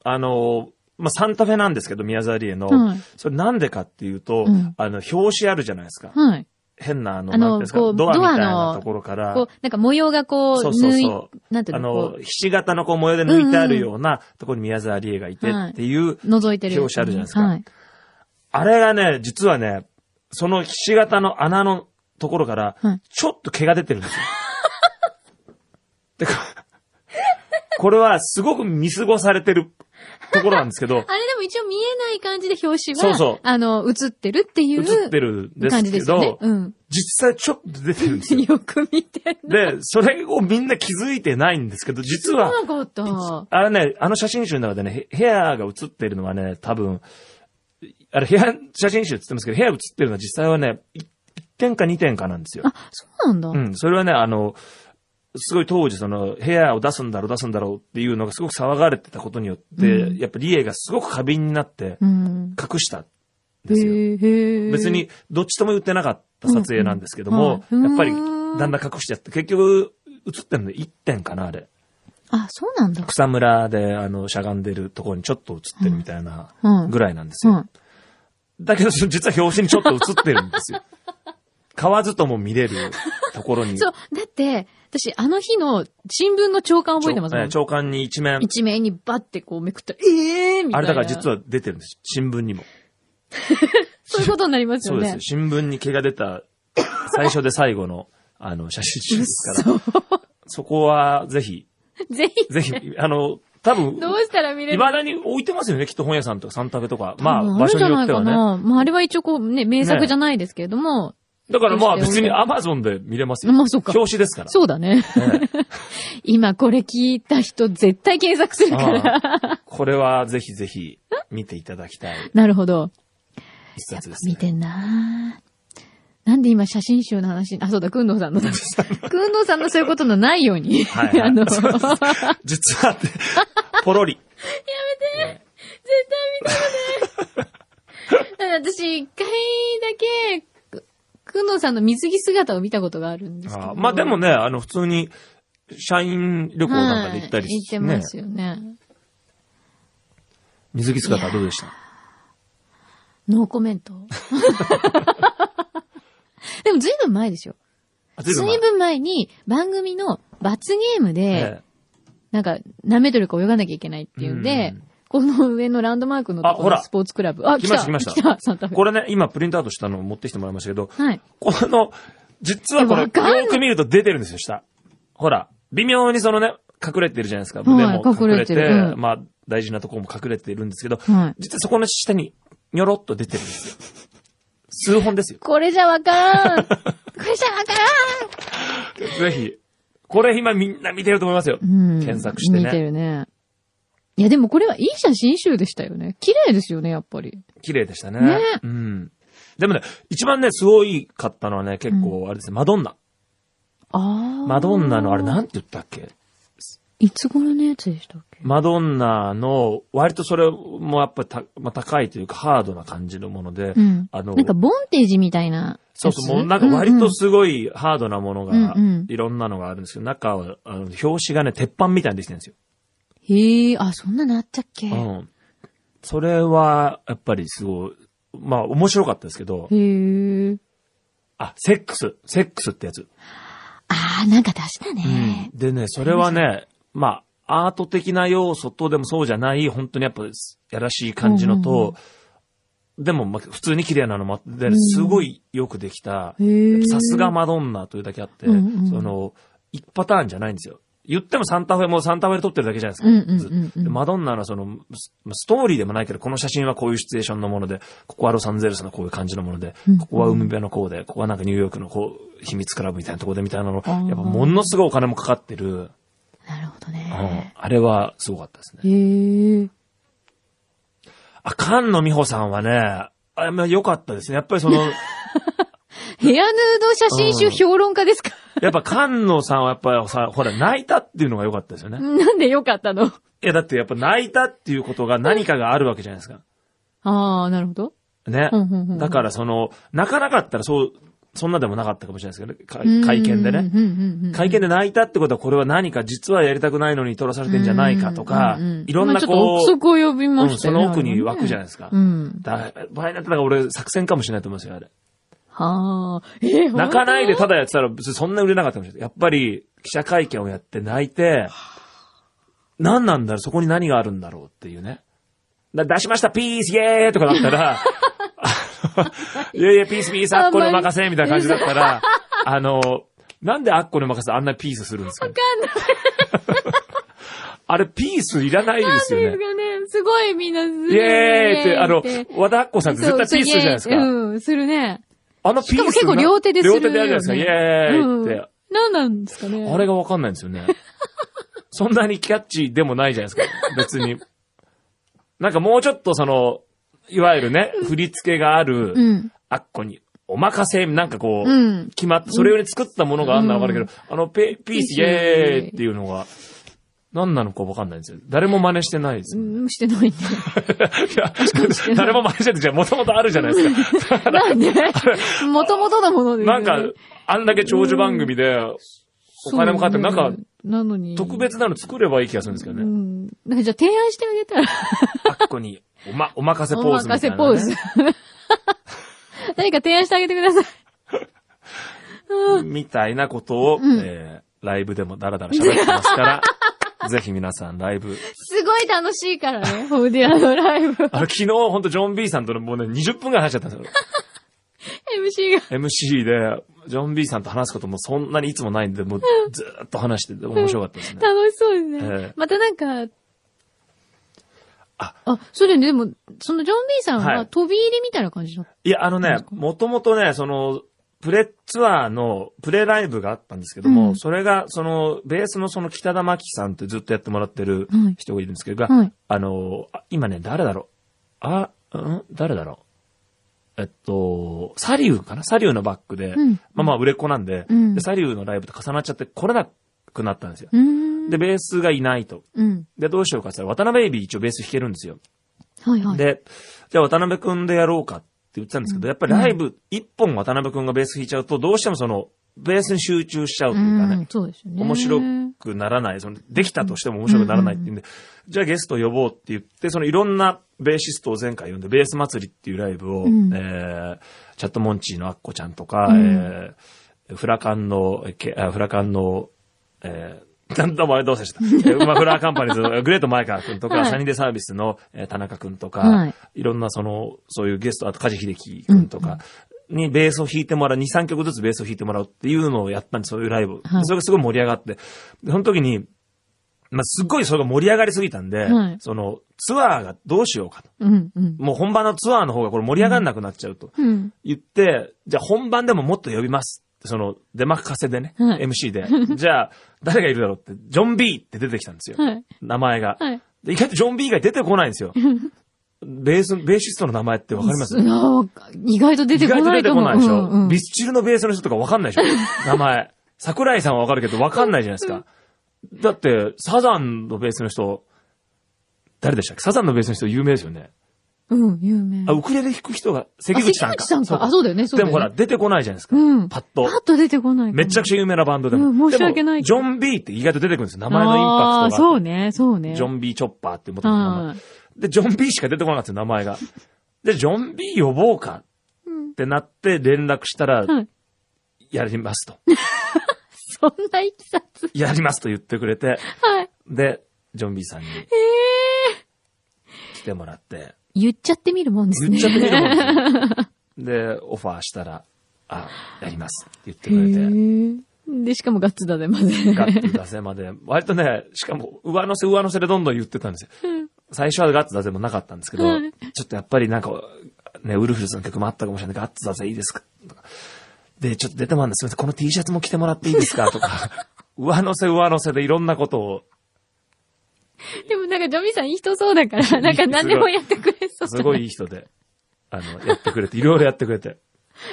あの、まあ、サンタフェなんですけど、宮沢りえの、はいそれなんでかっていうと、うんあの、表紙あるじゃないですか。はい。変な、あの、あなのんていうんですか、こうドアみたいドアのなところから、こう、なんか模様がこう、そうそう縫いそ、なんていうあの、この、ひし形のこう模様で抜いてあるようなところに宮沢りえがいてはいっていう、う、覗いてるやつね、表紙あるじゃないですかはい。あれがね、実はね、そのひし形の穴のところからはい、ちょっと毛が出てるんですよ。でここれはすごく見過ごされてるところなんです *laughs* けど、あれでも一応見えない感じで表紙は、そうそうあの、映ってるってい映うってるんです感じけですよねど。、うん。実際ちょっと出てるんですよ。よく見てんな。で、それをみんな気づいてないんですけど、実は、そうなこと。あれね、あの写真集の中でね、ヘヘアが写ってるのはね、多分、あれ、ヘア、写真集って言ってますけど、ヘア写ってるのは実際はね、1点か2点かなんですよ。あ、そうなんだ。うん、それはね、あの、すごい当時、その、ヘアを出すんだろう、出すんだろうっていうのがすごく騒がれてたことによって、うんやっぱりリエがすごく過敏になってう、ん。隠したんへですよ。ーへー別に、どっちとも言ってなかった撮影なんですけども、うんうんはいやっぱり、だんだん隠しちゃって、結局、写ってるので1点かな、あれ。あ、そうなんだ。草むらで、あの、しゃがんでるところにちょっと映ってるみたいなうんぐらいなんですよ。はい。だけど、実は表紙にちょっと映ってるんです *laughs* よ。買わずとも見れるところに。そう、だって、私、あの日の新聞の朝刊覚えてますもえーん。朝刊に一面。一面にバッてこうめくったら、ええー、みたいな。あれだから実は。は出てるんです。新聞にも。そういうことになりますそようでねす。。 *laughs* 新聞に毛が出た最初で最後の、あの、写真集ですから。そこはぜひ、ぜひ、ぜひ、あの、多分、どうしたら見れいるまだに置いてますよね、きっと本屋さんとかサンタフェとか。まあ、多分る場ん所じゃによなっいてかはね。な。まあ、あれは一応こうね、名作じゃないですけれども、だからまあ別にねアマゾンで見れますよ。まあそうか表紙ですから。そうだね。ええ *laughs* 今これ聞いた人絶対検索するから。ああこれはぜひぜひ見ていただきたいなるほど。一やっ冊ぱです、ね。見てんななんで今写真集の話、あ、そうだ、くんどうさんの。くんどうさんのそういうことのないように。はいはい *laughs* あの、絶そ対う実はって、ポロリ。見たことない。私、一回だけ、くくんどうさんの水着姿を見たことがあるんですけああど。まあでもね、あの普通に社員旅行はい、なんかで行ったり行っしてて、まね。すよね。水着姿はどうでしたノーコメン *laughs* ト。でも随分前ですよ。あずいぶ随ん前分前に番組の罰ゲームで、えなんか何メートルか泳がなきゃいけないっていうんで、うんこの上のランドマークのとあこほろらのスポーツクラブ。あ、来ました来ました来た、サンタえフェ。これね、今プリントアウトしたのを持ってきてもらいましたけど、はい。この、実はこれ、わかんないよく見ると出てるんですよ、下。ほら、微妙にそのね、隠れてるじゃないですか。腕も隠れてるうんまあ、大事なところも隠れてるんですけど、はい実はそこの下に、にょろっと出てるんですよ。数本ですよ。これじゃわから *laughs* んこれじゃわからぜひ。これ今みんな見てると思いますよ。ん、うん、検索して見てね。るね。いや、でもこれはいい写真集でしたよね。綺麗ですよね、やっぱり。綺麗でしたね。ねうん。でもね、一番ね、すごいかったのはね、結構、あれですね、マドンナ。ああ。マドンナの、あれなんて言ったっけいつ頃のやつでしたっけマドンナの、割とそれもやっぱた、まあ、高いというか、ハードな感じのもので、うん。あのなんか、ボンテージみたいなやつ。そうそう、もうなんか割とすごいハードなものがうんうん、いろんなのがあるんですけど、中は、あの、表紙がね、鉄板みたいにできてるんですよ。へえ、あ、そんなのあったっけ、うん。それは、やっぱりすごい、まあ、面白かったですけど、へえ。あ、セックス、セックスってやつ。ああ、なんか出したね。でね、それはね、まあ、アート的な要素とでもそうじゃない、本当にやっぱ、やらしい感じのうんうんうと、でも、まあ、普通に綺麗なのもあって、ですごいよくできた、へえ。さすがマドンナというだけあって、うんうんその、一パターンじゃないんですよ。言ってもサンタフェもサンタフェで撮ってるだけじゃないですか。うんうんうんうんずでマドンナのその、スストーリーでもないけど、この写真はこういうシチュエーションのもので、ここはロサンゼルスのこういう感じのもので、うんここは海辺のこうで、ここはなんかニューヨークのこう、秘密クラブみたいなところでみたいなの、やっあーぱものすごいお金もかかってる、うんなるほどね。あれはすごかったですね。へえ。あ、菅野美穂さんはね、あまあ良かったですね。やっぱり *laughs* その、ヘアヌード写真集評論家ですか、 *laughs* やっぱ菅野さんはやっぱさ、ほら、泣いたっていうのが良かったですよね。なんでよかったのいや、だってやっぱ泣いたっていうことが何かがあるわけじゃないですか。ああ、なるほど。ねうんうんうんうん。だからその、泣かなかったらそう、そんなでもなかったかもしれないですけどうねんか。会見でね。うんうんうん会見で泣いたってことはこれは何か実はやりたくないのに取らされてんじゃないかとかうんうんうん、いろんまあなちょこっとう、憶測を呼びまうんしたそよね。の奥に湧くじゃないですかう。ん。だ場合になったら俺作戦かもしれないと思うんですよ、あれ。はあ。えー、泣かないで本ただやってたら別にそんな売れなかったかもしれない。やっぱり記者会見をやって泣いて、何なんだろう、そこに何があるんだろうっていうね。だ出しました、ピース、イエーイとかだった *laughs* ら、あのいやいや、ピース、ピース、あっこにお任せみたいな感じだったら、あの、なんであっこにお任せあんなピースするんですかわかんない。あれ、ピースいらないです当よでねす。かね。すごいみんな、イイエーイって、あの、和田アッコさんって絶対ピースじゃないですか。うん、するね。あのピースしかも結構両手でするよ、両手でやるじゃないですか。イエーイって。うん何なんですかね。あれがわかんないんですよね。そんなにキャッチーでもないじゃないですか。別に。なんかもうちょっとその、いわゆるね、振り付けがある、うん。あっこに、お任せ、なんかこう、うん決まって、それより作ったものがあんならわかるけど、あの、ペ、ピース、イエーイっていうのが、何なのかわかんないんですよ。誰も真似してないですよね。うんしてない *laughs* んだ。いや、誰も真似してて、じゃあもともとあるじゃないですか。なん *laughs* でもともとのものですよなねんか、あんだけ長寿番組で、お金もかかって、なんそかう、なのに。特別なの作ればいい気がするんですけどうね。ん。なんかじゃあ提案してあげたら。あっこに、おま、お任せポーズみたいな、ね。お任せポーズ。 *laughs* 何か提案してあげてください。みたいなことを、えー、ライブでもダラダラ喋ってます *laughs* から、ぜひ皆さんライブ。すごい楽しいから *laughs* ね、ホムディアのライブ。あの、昨日ほんとジョン・ビーさんとのもうね、20分ぐらい話しちゃったんですよ。 MC が。 MC で、ジョン B さんと話すこともそんなにいつもないんで、もうずーっと話してて面白かったですね。楽しそうですね。ええまたなんか、あそれね、でも、そのジョン・ビーさんははい飛び入りみたいな感じだった。いや、あのどうでねす、かもともとね、その、プレツアーの、プレライブがあったんですけどうも、んそれが、その、ベースのその北田真希さんってずっとやってもらってるはい人がいるんですけど、はいあの、あ今ね、誰だろうあ、うん誰だろうえっと、サリューかなサリューのバックで、うんまあまあ売れっ子なんで,、うんで、サリューのライブと重なっちゃって来れなくなったんですよ。うーん。で、ベースがいないと。うん。で、どうしようかって言ったら、渡辺エイビー一応ベース弾けるんですよ。はいはい。で、じゃあ渡辺くんでやろうかって言ってたんですけど、やっぱりライブ、一本渡辺くんがベース弾いちゃうと、どうしてもその、ベースに集中しちゃううというかんね、、そうですよね。面白くならない、その、できたとしても面白くならないっていうんで、じゃあゲスト呼ぼうって言って、そのいろんなベーシストを前回呼んで、ベース祭りっていうライブを、うんえー、チャットモンチーのアッコちゃんとか、うんえー、フラカンの、えけあフラカンの、えー、だんだん前どうせした。えーまあフラーカンパニーズのグレート前川くんとか、はいサニーデサービスの、えー田中くんとか、はいい、ろんなその、そういうゲスト、あと梶秀樹くんとかにベースを弾いてもらう、2、3曲ずつベースを弾いてもらうっていうのをやったんです、そういうライブ。はいそれがすごい盛り上がって。でその時に、まあ、すっごいそれが盛り上がりすぎたんで、はいその、ツアーがどうしようかと。うんうん。もう本番のツアーの方がこれ盛り上がんなくなっちゃうとうん。言って、じゃあ本番でももっと呼びますって。その、出まかせでね、はい MC で。じゃあ、誰がいるだろうって、ジョン・ B って出てきたんですよ。はい。名前が。はい。で意外とジョン・ B 以外出てこない *laughs* んですよ。ベース、ベーシストの名前ってわかりますいやー意外と出て意こ外とな出いてとこ思う。ないでしょ、うんうんビスチルのベースの人とかわかんないでしょ名前。桜井さんはわかるけどわかんないじゃないですか。だって、サザンのベースの人、誰でしたっけサザンのベースの人有名ですよね。うん、有名。あ、ウクレレ弾く人が関口さんあか。関さんか。あ、そうだよね、そうでだよもね。ほら、出てこないじゃないですか。うんパッパと。ッと出てこない。めちゃくちゃ有名なバンドでうも。ん申し訳ないけでどもジョン・ビーって意外と出てくるんですよ。名前のインあパあクー、トがそあうって。ね、そうね。ジョン・ビー・チョッパーって元の名前は。で、ジョン・ビーしか出てこなかったんですよ、名前が。で、ジョン・ビー呼ぼうかい。うんってなって連絡したら、はい。やりますと。 *laughs* そんな行きさつ。やりますと言ってくれて、はい。で、ジョン・ビーさんにええ来てもらって、ー。言っちゃってみるもんですね。言っちゃってみるもんですよ。で、オファーしたら、あ、やりますって言ってくれて、へーで、しかもガッツだね、まず。ガッツ出せまで、割とね、しかも上乗せ上乗せでどんどん言ってたんですよ。最初はガッツだぜもなかったんですけど、はいちょっとやっぱりなんか、ね、ウルフルズの曲もあったかもしれないガッツだぜいいですかとかで、ちょっと出てもらうんですすみません、この T シャツも着てもらっていいですかと *laughs* か、上乗せ上乗せでいろんなことを、でもなんかジョミさんいい人そうだから、なんか何でもやってくれそう。すごいいい人で、あの、やってくれて、いろいろやってくれて、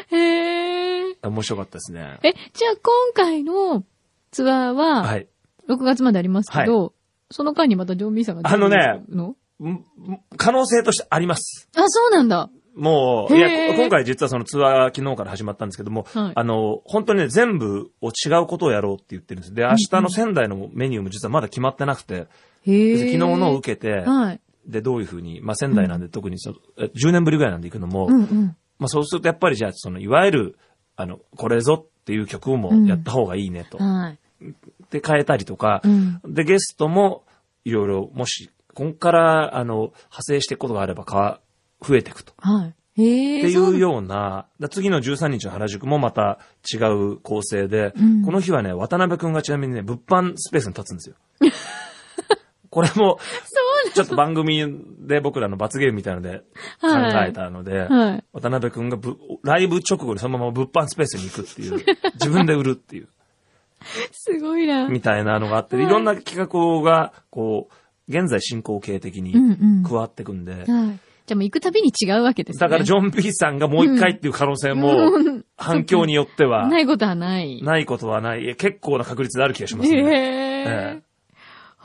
へー面白かったですね。え、じゃあ今回のツアーはは、い。 6月までありますけど、その間にまたジョンビーさんが出てくるあのねのんん可能性としてあります。あ、そうなんだ。もう、いへや、ーこ今回実はそのツアー昨日から始まったんですけども、はいあの、本当にね、全部を違うことをやろうって言ってるんです。で、明日の仙台のメニューも実はまだ決まってなくて、へでー昨日のを受けて、はい。で、どういうふうに、まあ、仙台なんで特にその、え10年ぶりぐらいなんで行くのも、うんうん。まあ、そうするとやっぱりじゃあ、その、いわゆる、あの、これぞっていう曲もやった方がいいねと。はい。で、変えたりとか、うん。で、ゲストも、いろいろ、もし、今から、あの、派生していくことがあれば、か、増えていくと。はい。へえ。っていそうような、だ次の13日の原宿もまた違う構成で、うんこの日はね、渡辺くんがちなみにね、物販スペースに立つんですよ。 *laughs* これも、ちょっと番組で僕らの罰ゲームみたいので考はいえたので、うはい。渡辺くんがぶライブ直後にそのまま物販スペースに行くっていう、自分で売るって *laughs* いう。すごいな。みたいなのがあって、いろんな企画が、こう、現在進行形的にうんうん加わっていくんで、はい。じゃあもう行くたびに違うわけですね。だからジョン・ビーさんがもう一回っていう可能性うもん、 *laughs* 反響によっては、ないことはない。ないことはない、いや結構な確率である気がしますへえね。え。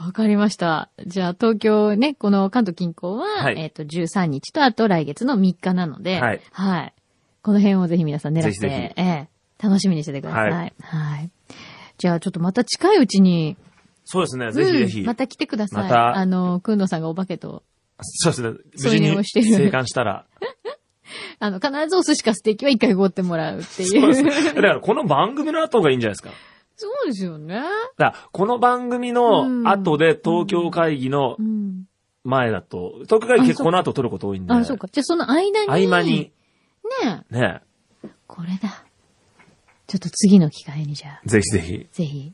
わかりました。じゃあ、東京ね、この関東近郊は、はいえっ、と、13日と、あと来月の3日なので、はいこの辺をぜひ皆さん狙って、ぜひぜええ楽しみにしててください。は。はいじゃあ、ちょっとまた近いうちに、そうですね、ぜひぜひ。うんまた来てください。またあの、くんのさんがお化けと、そうですね、無そうい事うのにをしてる生還したら。あの、必ずお寿司かステーキは一回ごってもらうって *laughs* いう。そうですね。だからこの番組の後がいいんじゃないですか。 *laughs* そうですよね。だからこの番組の後で東京会議のうん。前だと、東京会議結構この後撮ること多いんで、あ、そうか。じゃあ、その間に、合間に、ね、ね、これだ。ちょっと次の機会にじゃあ、ぜひぜひ。ぜひ、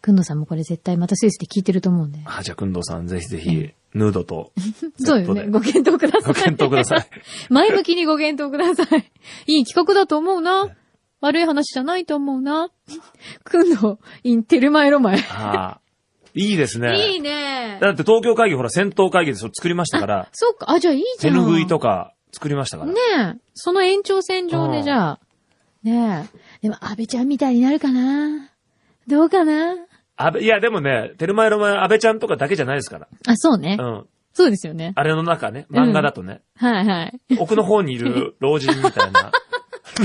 くんどさんもこれ絶対またスイスで聞いてると思うんで。あ、じゃあ、くんどうさん、ぜひぜひ、ヌードと、そうよね。ご検討ください。ご検討ください。 *laughs* 前向きにご検討ください。いい企画だと思うな。悪い話じゃないと思うな。くんど、インテルマエロマエ。ああ。いいですね。いいね。だって東京会議、ほら、戦闘会議でそれ作りましたから、そっか、あ、じゃあいいじ手ゃん。拭いとか作りましたから。ねえ。その延長線上でじゃあ。ねえ。でも、安倍ちゃんみたいになるかなどうかな安倍、いや、でもね、テルマエロマエ、安倍ちゃんとかだけじゃないですから。あ、そうね。うん。そうですよね。あれの中ね、漫画だとね、はいはい。奥の方にいる老人みた *laughs* いな。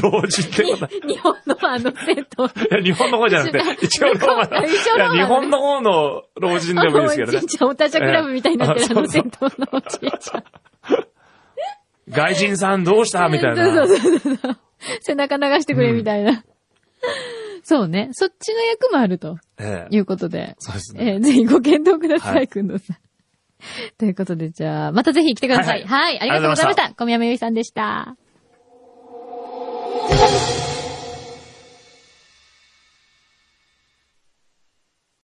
老人ってこと日本のあの生徒。いや、日本の方じゃなくて、一応ローマの。一応いローマのや、日本の方の老人でもいいですけどあのおじねい。ちゃん、おたちゃクラブみたいになってるあええの生徒のおじ *laughs* いちゃん。外人さんどうしたみたいそなう。そうそうそう。背中流してくれみたいな。そうね。そっちの役もあるとえいえうことで。そうですえね。ーぜひご検討くださ、はいいくんのさん。ということで、じゃあ、またぜひ来てください。ははい、ありがとうございました。小宮山由依さんでした。